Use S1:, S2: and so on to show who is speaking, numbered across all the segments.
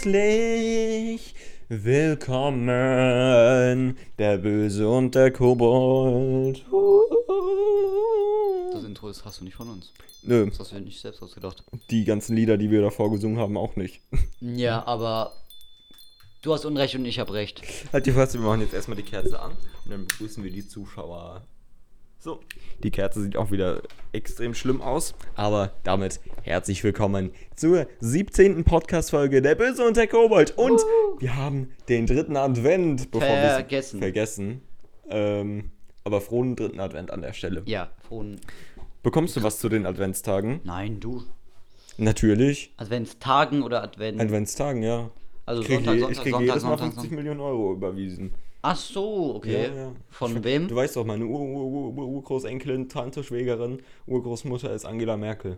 S1: Herzlich willkommen, der Böse und der Kobold.
S2: Das Intro ist, hast du nicht von uns.
S1: Nö,
S2: Das hast du dir nicht selbst ausgedacht.
S1: die ganzen Lieder, die wir davor gesungen haben, auch nicht.
S2: Ja, aber du hast Unrecht und ich habe Recht.
S1: Halt die Fresse, wir machen jetzt erstmal die Kerze an und dann begrüßen wir die Zuschauer. So, die Kerze sieht auch wieder extrem schlimm aus, aber damit herzlich willkommen zur 17. Podcast-Folge Der Böse und der Kobold. Und wir haben den dritten Advent, bevor wir es
S2: Vergessen.
S1: vergessen. Ähm, aber frohen dritten Advent an der Stelle.
S2: Ja, von.
S1: Bekommst du was zu den Adventstagen?
S2: Nein, du.
S1: Natürlich.
S2: Adventstagen oder Advent.
S1: Adventstagen, ja.
S2: also
S1: Ich kriege
S2: Sonntag,
S1: je,
S2: Sonntag,
S1: ich krieg
S2: Sonntag,
S1: jedes Mal
S2: Sonntag,
S1: 50
S2: Sonntag.
S1: Millionen Euro überwiesen.
S2: Ach so, okay.
S1: Ja, ja.
S2: Von
S1: Ich-
S2: wem?
S1: Du weißt doch, meine Ur- Ur- Ur- Ur- Urgroßenkelin, Tante, Schwägerin, Urgroßmutter ist Angela Merkel.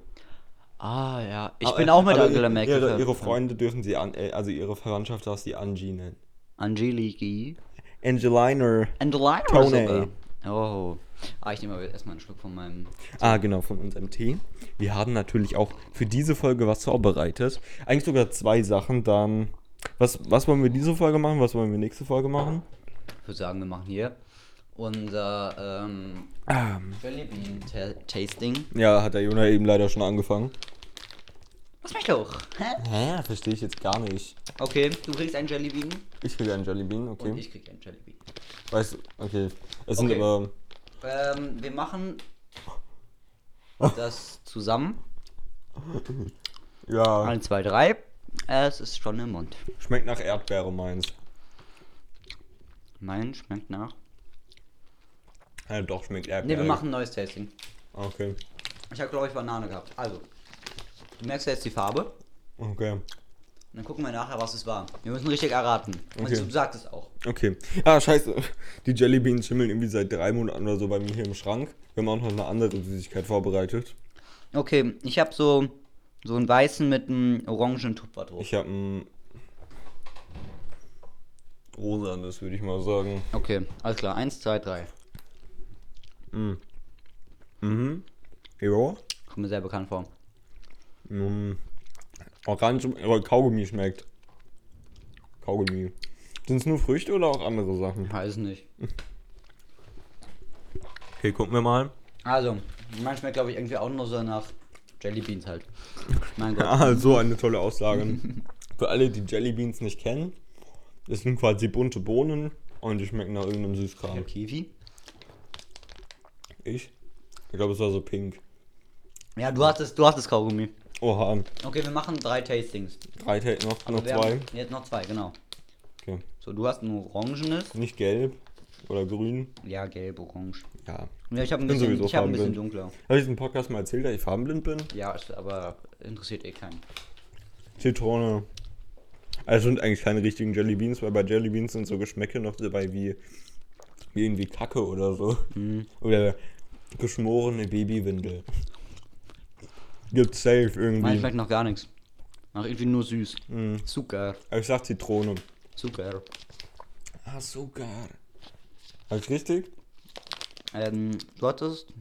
S2: Ah, ja. Ich
S1: Aber- äh,
S2: bin auch mit
S1: aber
S2: Angela
S1: ihre-
S2: Merkel.
S1: Ihre, ihre
S2: verwandt.
S1: Freunde dürfen sie an, äh, also ihre Verwandtschaft darf sie Angie nennen.
S2: Angeliki.
S1: Angelina.
S2: Angelina
S1: Tony.
S2: sogar. Oh. Ah, ich nehme aber erstmal einen Schluck von meinem.
S1: Ah, genau, von unserem Tee. Wir haben natürlich auch für diese Folge was vorbereitet. Eigentlich sogar zwei Sachen. Dann, was, was wollen wir diese Folge machen? Was wollen wir nächste Folge machen?
S2: Ich würde sagen, wir machen hier unser ähm, Jelly Bean Ta- Tasting.
S1: Ja, hat der Jonah eben leider schon angefangen.
S2: Was mich doch? Hä?
S1: Hä? Verstehe ich jetzt gar nicht.
S2: Okay, du kriegst einen Jellybean
S1: Ich kriege einen Jellybean, okay.
S2: und ich krieg einen Jellybean.
S1: Weißt du, okay. Es sind
S2: Okay.
S1: aber.
S2: Ähm, wir machen
S1: Ah.
S2: das zusammen.
S1: Ja.
S2: 1, 2, 3. Es ist schon im Mund.
S1: Schmeckt nach Erdbeere meins.
S2: Mein schmeckt nach.
S1: Ja, doch, schmeckt
S2: Ne,
S1: Erdbeere.
S2: wir machen ein neues Tasting.
S1: Okay.
S2: Ich habe, glaube ich, Banane gehabt. Also, du merkst ja jetzt die Farbe.
S1: Okay.
S2: Und dann gucken wir nachher, was es war. Wir müssen richtig erraten. Und
S1: Okay.
S2: du sagst es auch.
S1: Okay. Ah, scheiße. Die Jellybeans schimmeln irgendwie seit drei Monaten oder so bei mir hier im Schrank. Wir haben auch noch eine andere Süßigkeit vorbereitet.
S2: Okay, ich habe so, so einen weißen mit einem orangen Tupfer drauf.
S1: Ich habe ein rosanes, würde ich mal sagen.
S2: Okay, alles klar. 1, 2, 3.
S1: Mhm. Ja.
S2: Kommt mir sehr bekannt vor.
S1: Mm. Orange, aber Kaugummi schmeckt. Kaugummi. Sind es nur Früchte oder auch andere Sachen?
S2: Weiß nicht.
S1: Okay, gucken wir mal.
S2: Also, mein schmeckt, glaube ich, irgendwie auch nur so nach Jellybeans halt. Mein Gott.
S1: Ah, so eine tolle Aussage. Für alle, die Jellybeans nicht kennen, das sind quasi bunte Bohnen und die schmecken nach irgendeinem Süßkram.
S2: Kiwi?
S1: Ich? Ich glaube, es war so pink.
S2: Ja, du hast es, du hast es Kaugummi.
S1: Oha,
S2: Okay, wir machen drei Tastings.
S1: drei Tate noch, noch
S2: Wir
S1: zwei.
S2: Haben jetzt noch zwei, genau.
S1: Okay.
S2: So, du hast ein orangenes.
S1: Nicht gelb oder grün.
S2: Ja, gelb, orange.
S1: Ja.
S2: Ja, ich habe ein
S1: Bin
S2: bisschen,
S1: sowieso
S2: ich hab ein bisschen
S1: farbenblind.
S2: dunkler.
S1: Habe ich im Podcast mal erzählt, dass ich farbenblind bin?
S2: Ja, ist, aber interessiert eh keinen.
S1: Zitrone. Also sind eigentlich keine richtigen Jellybeans, weil bei Jellybeans sind so Geschmäcke noch dabei wie, wie irgendwie Kacke oder so. Oder geschmorene Babywindel. Gibt's safe
S2: Mein
S1: irgendwie.
S2: schmeckt noch gar nichts. Nach irgendwie nur süß.
S1: Mhm.
S2: Zucker,
S1: Aber ich sag Zitrone.
S2: Zucker.
S1: Ah, sogar. Hab ich richtig?
S2: Ähm, du hattest.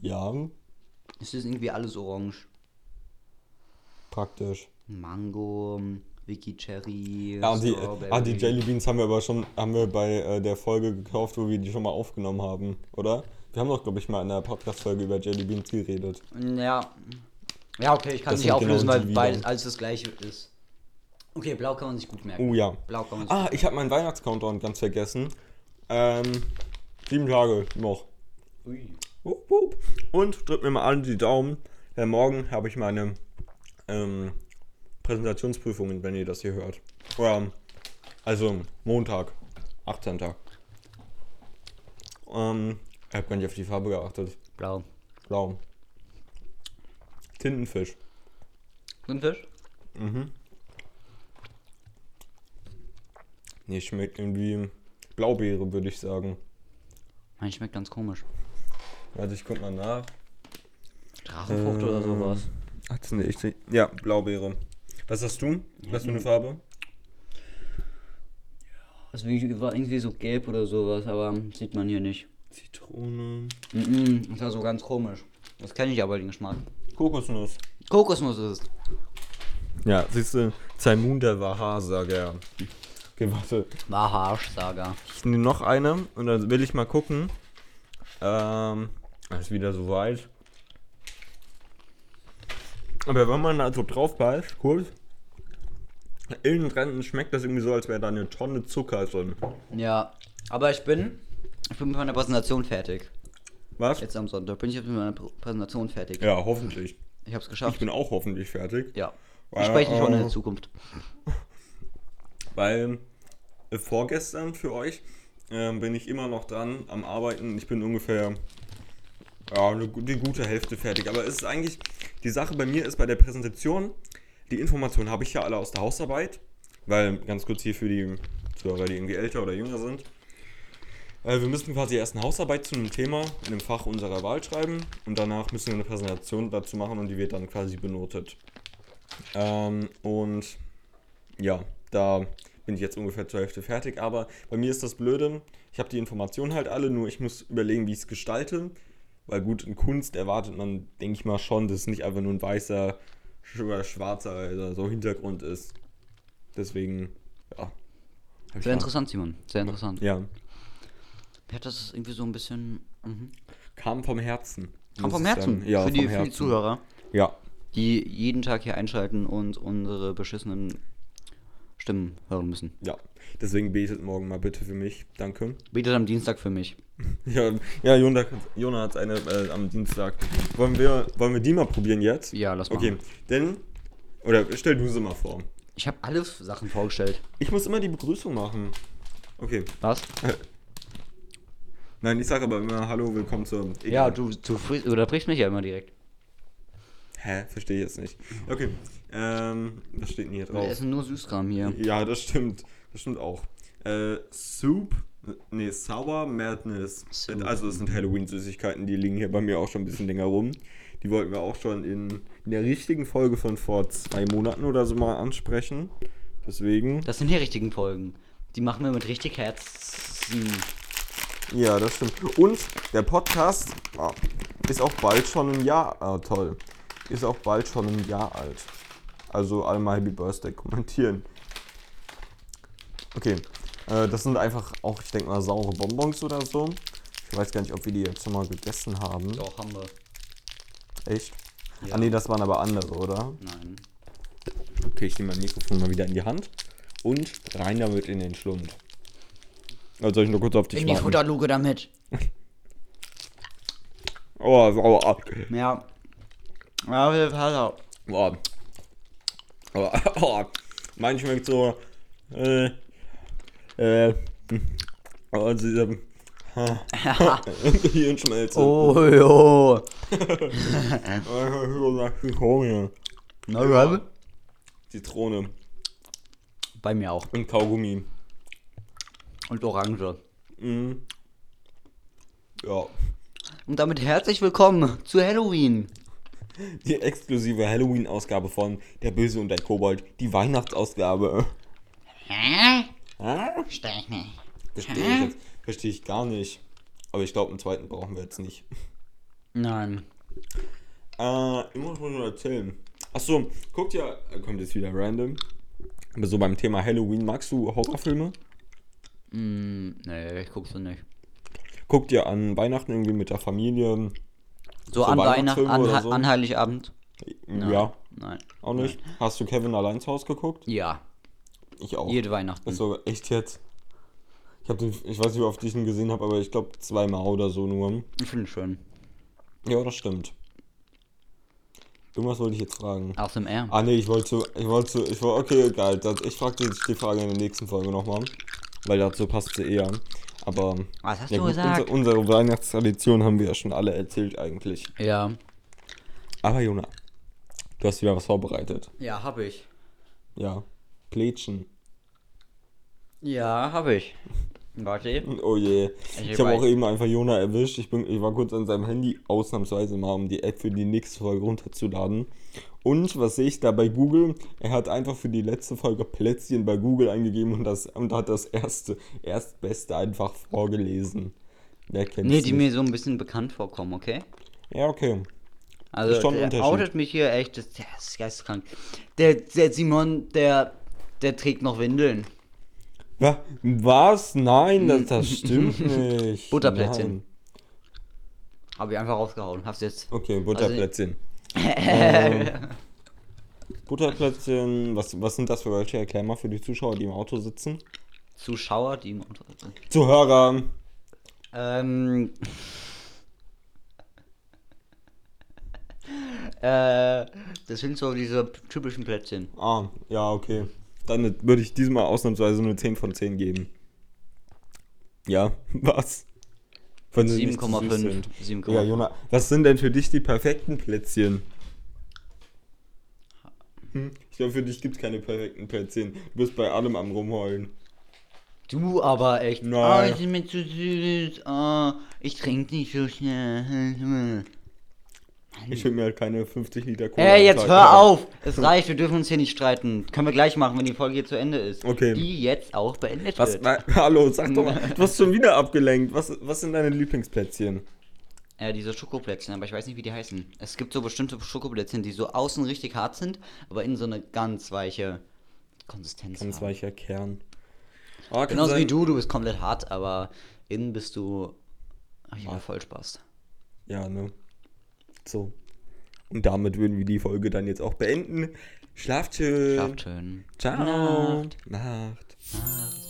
S1: Ja,
S2: Es ist irgendwie alles orange.
S1: praktisch.
S2: Mango, Wiki Cherry.
S1: Ja, und die,
S2: Strawberry.
S1: ah, die Jellybeans haben wir aber schon haben wir bei äh, der Folge gekauft, wo wir die schon mal aufgenommen haben, oder? Wir haben doch, glaube ich, mal in der Podcast-Folge über Jellybeans geredet.
S2: Ja. Ja, okay, ich kann
S1: Das
S2: es
S1: sind
S2: nicht auflösen,
S1: genau die
S2: weil
S1: wieder.
S2: beides alles das gleiche ist. Okay, blau kann man sich gut merken.
S1: Oh ja.
S2: Blau kann man sich
S1: Ah, ich habe meinen Weihnachts-Countdown ganz vergessen. Ähm, sieben Tage noch.
S2: Ui.
S1: Wupp, wupp. Und drückt mir mal alle die Daumen. Denn morgen habe ich meine ähm, Präsentationsprüfungen, wenn ihr das hier hört. Oder, also Montag, 18. Ähm, ich habe gar nicht auf die Farbe geachtet.
S2: Blau.
S1: Blau. Tintenfisch.
S2: Grünfisch?
S1: Nee, schmeckt irgendwie Blaubeere, würde ich sagen.
S2: Mein schmeckt ganz komisch.
S1: Warte, ich guck mal nach.
S2: Drachenfrucht
S1: Ähm.
S2: oder sowas.
S1: Ach, das sind echt. Ja, Blaubeere. Was hast du? Was für eine Farbe?
S2: Also Das war irgendwie so gelb oder sowas, aber sieht man hier nicht.
S1: Zitrone.
S2: Mhm, das war so ganz komisch. Das kenne ich aber, den Geschmack.
S1: Kokosnuss.
S2: Kokosnuss ist es.
S1: Ja, siehst du, Zaimun der Wahrsager. Okay, warte.
S2: War Harschsager.
S1: Ich nehme noch eine und dann will ich mal gucken. Ähm, ist wieder so weit. Aber wenn man da so drauf beißt, kurz, innen drin schmeckt das irgendwie so, als wäre da eine Tonne Zucker drin.
S2: Ja, aber ich bin, ich bin mit meiner Präsentation fertig.
S1: Was?
S2: Jetzt am Sonntag bin ich jetzt mit meiner Pr- Präsentation fertig.
S1: Ja, hoffentlich.
S2: Ich habe es
S1: Ich
S2: geschafft.
S1: bin auch hoffentlich fertig.
S2: ja.
S1: Weil,
S2: Ich spreche nicht von
S1: äh,
S2: der Zukunft.
S1: Weil äh, vorgestern für euch ähm, bin ich immer noch dran am Arbeiten. Ich bin ungefähr ja, eine, gu- die gute Hälfte fertig. Aber es ist eigentlich, die Sache bei mir ist bei der Präsentation, die Informationen habe ich ja alle aus der Hausarbeit. Weil, ganz kurz hier für die Zuhörer, die irgendwie älter oder jünger sind. Äh, wir müssen quasi erst eine Hausarbeit zu einem Thema in einem Fach unserer Wahl schreiben und danach müssen wir eine Präsentation dazu machen und die wird dann quasi benotet. Ähm, und ja, da bin ich jetzt ungefähr zur Hälfte fertig. Aber bei mir ist das Blöde, ich habe die Informationen halt alle, nur ich muss überlegen, wie ich es gestalte. Weil gut, in Kunst erwartet man, denke ich mal, schon, dass es nicht einfach nur ein weißer sch- oder schwarzer oder so Hintergrund ist. Deswegen, ja. Hab ich
S2: Sehr
S1: mal-
S2: interessant, Simon. Sehr interessant.
S1: Ja.
S2: Ja, das ist irgendwie so ein bisschen. Mhm.
S1: Kam vom Herzen. muss
S2: Kommt vom
S1: ich sagen.
S2: Herzen.
S1: ähm, Ja,
S2: für,
S1: vom
S2: die, für
S1: Herzen.
S2: die Zuhörer,
S1: Ja.
S2: die jeden Tag hier einschalten und unsere beschissenen Stimmen hören müssen.
S1: Ja. Deswegen betet morgen mal bitte für mich. Danke.
S2: Betet am Dienstag für mich.
S1: Ja, ja Jona, Jona hat eine äh, am Dienstag. Wollen wir, wollen wir die mal probieren jetzt?
S2: Ja, lass mal.
S1: Okay, denn. Oder stell du sie mal vor.
S2: Ich habe alle Sachen vorgestellt.
S1: Ich muss immer die Begrüßung machen. Okay.
S2: Was?
S1: Nein, ich sag aber immer Hallo, willkommen zur.
S2: Ja, du, du fri- unterbrichst mich ja immer direkt.
S1: Hä? Verstehe ich jetzt nicht. Okay. Ähm, was steht denn hier
S2: Wir
S1: drauf?
S2: essen nur Süßkram hier.
S1: Ja, das stimmt. Das stimmt auch. Äh, Soup. Nee, Sour Madness.
S2: Soup.
S1: Also, das sind Halloween-Süßigkeiten, die liegen hier bei mir auch schon ein bisschen länger rum. Die wollten wir auch schon in, in der richtigen Folge von vor zwei Monaten oder so mal ansprechen. Deswegen.
S2: Das sind die richtigen Folgen. Die machen wir mit richtig Herzen.
S1: Ja, das stimmt. Und der Podcast ah, ist auch bald schon ein Jahr, ah, toll, ist auch bald schon ein Jahr alt. Also einmal Happy Birthday kommentieren. Okay, äh, das sind einfach auch, ich denke mal, saure Bonbons oder so. Ich weiß gar nicht, ob wir die jetzt schon mal gegessen haben.
S2: Doch, haben wir.
S1: Echt?
S2: Ja. Mhm.
S1: Ah nee, das waren aber andere, oder?
S2: Nein.
S1: Okay, ich nehme mein Mikrofon mal wieder in die Hand und rein damit in den Schlund. Also soll ich nur kurz auf dich
S2: In die
S1: warten?
S2: Futterluke damit.
S1: Oh, oh, oh.
S2: Ja. Ja, wir Vater.
S1: Boah. Boah. Boah. Mein schmeckt so. Äh. Äh. Oh, diese. Hirnschmelze.
S2: Oh, jo.
S1: Ah, Zitrone.
S2: Na,
S1: Zitrone.
S2: Bei mir auch.
S1: Und Kaugummi.
S2: Und Orange.
S1: Mhm. Ja.
S2: Und damit herzlich willkommen zu Halloween.
S1: Die exklusive Halloween-Ausgabe von Der Böse und der Kobold. Die Weihnachtsausgabe.
S3: Hä?
S1: Hä?
S3: Verstehe ich nicht.
S1: Verstehe ich jetzt. Verstehe ich gar nicht. Aber ich glaube, einen zweiten brauchen wir jetzt nicht.
S2: Nein.
S1: Äh, ich muss mal nur erzählen. Achso, guckt ja, kommt jetzt wieder random. Aber so beim Thema Halloween, magst du Horrorfilme?
S2: Mm, nee, ich guck's so nicht.
S1: Guckt ihr an Weihnachten irgendwie mit der Familie?
S2: So,
S1: So
S2: an Weihnachten,
S1: Weihnachtsfilme
S2: an,
S1: oder
S2: Ha-
S1: so?
S2: an Heiligabend.
S1: Ja,
S2: Nein.
S1: auch nicht. Hast du Kevin alleins Haus geguckt?
S2: Ja.
S1: Ich auch.
S2: Jede Weihnachten.
S1: Also echt jetzt? Ich, hab den, ich weiß nicht, wie oft ich ihn gesehen habe, aber ich glaube zweimal oder so nur.
S2: Ich finde schön.
S1: Ja, das stimmt. Irgendwas wollte ich jetzt fragen.
S2: ASMR.
S1: Ah nee, ich wollte, zu- ich wollte, zu- ich wollte, okay, geil. Das, ich frage dich die Frage in der nächsten Folge nochmal, weil dazu passt sie eher. Aber
S2: Was hast
S1: ja
S2: du
S1: gut,
S2: gesagt?
S1: Unsere, unsere Weihnachtstradition haben wir ja schon alle erzählt eigentlich.
S2: Ja.
S1: Aber Jona, du hast wieder was vorbereitet.
S2: Ja, hab ich.
S1: Ja, Plätschen.
S2: Ja, hab ich. Warte.
S1: Oh je.
S2: Ich
S1: Ich habe
S2: weiß.
S1: auch eben einfach Jona erwischt. Ich, bin, ich war kurz an seinem Handy, ausnahmsweise mal, um die App für die nächste Folge runterzuladen. Und was sehe ich da bei Google? Er hat einfach für die letzte Folge Plätzchen bei Google eingegeben und, das, und hat das erste, erstbeste einfach vorgelesen. Wer kennt's
S2: Nee, die
S1: nicht?
S2: mir so ein bisschen bekannt vorkommen, okay?
S1: Ja, okay. Ist
S2: Also,
S1: schon ein
S2: der
S1: Unterschied.
S2: outet mich hier echt, das, der ist geisteskrank. Der, der Simon, der, der trägt noch Windeln.
S1: Wa- Was? Nein, das, das stimmt nicht.
S2: Butterplätzchen.
S1: Nein.
S2: Hab ich einfach rausgehauen, hab's jetzt.
S1: Okay, Butterplätzchen. ähm, Butterplätzchen, was, was sind das für welche? Erklär mal für die Zuschauer, die im Auto sitzen.
S2: Zuschauer, die im Auto
S1: Zuhörer.
S2: Ähm. äh, das sind so diese typischen Plätzchen.
S1: Ah, ja, okay. Dann würde ich diesmal ausnahmsweise eine 10 von 10 geben. Ja, was? Wenn sie nicht zu süß
S2: 7,5.
S1: sind.
S2: 7,5.
S1: Ja, Jona, was sind denn für dich die perfekten Plätzchen? Hm, ich glaube, für dich gibt es keine perfekten Plätzchen. Du bist bei allem am Rumheulen.
S2: Du aber echt.
S1: Nein.
S2: Ah, die sind mir zu süß. Ah, ich trinke nicht so schnell.
S1: Ich will mir halt keine 50 Liter Cola. am
S2: Ey, jetzt
S1: Tag
S2: hör
S1: rein.
S2: auf! Es reicht, wir dürfen uns hier nicht streiten. Können wir gleich machen, wenn die Folge hier zu Ende ist.
S1: Okay.
S2: Die jetzt auch beendet
S1: Was?
S2: wird.
S1: Na, hallo, sag doch mal. Du hast schon wieder abgelenkt. Was, was sind deine Lieblingsplätzchen?
S2: Äh, diese Schokoplätzchen, aber ich weiß nicht, wie die heißen. Es gibt so bestimmte Schokoplätzchen, die so außen richtig hart sind, aber innen so eine ganz weiche Konsistenz
S1: Ganz
S2: haben.
S1: weicher Kern. Ah, kann
S2: Genauso wie
S1: sein-
S2: du, du bist komplett hart, aber innen bist du. Ach, ich hab voll Spaß.
S1: Ja, ne? So. Und damit würden wir die Folge dann jetzt auch beenden. Schlaft schön.
S2: Schlaft schön.
S1: Ciao.
S2: Nacht.
S1: Nacht.
S2: Nacht.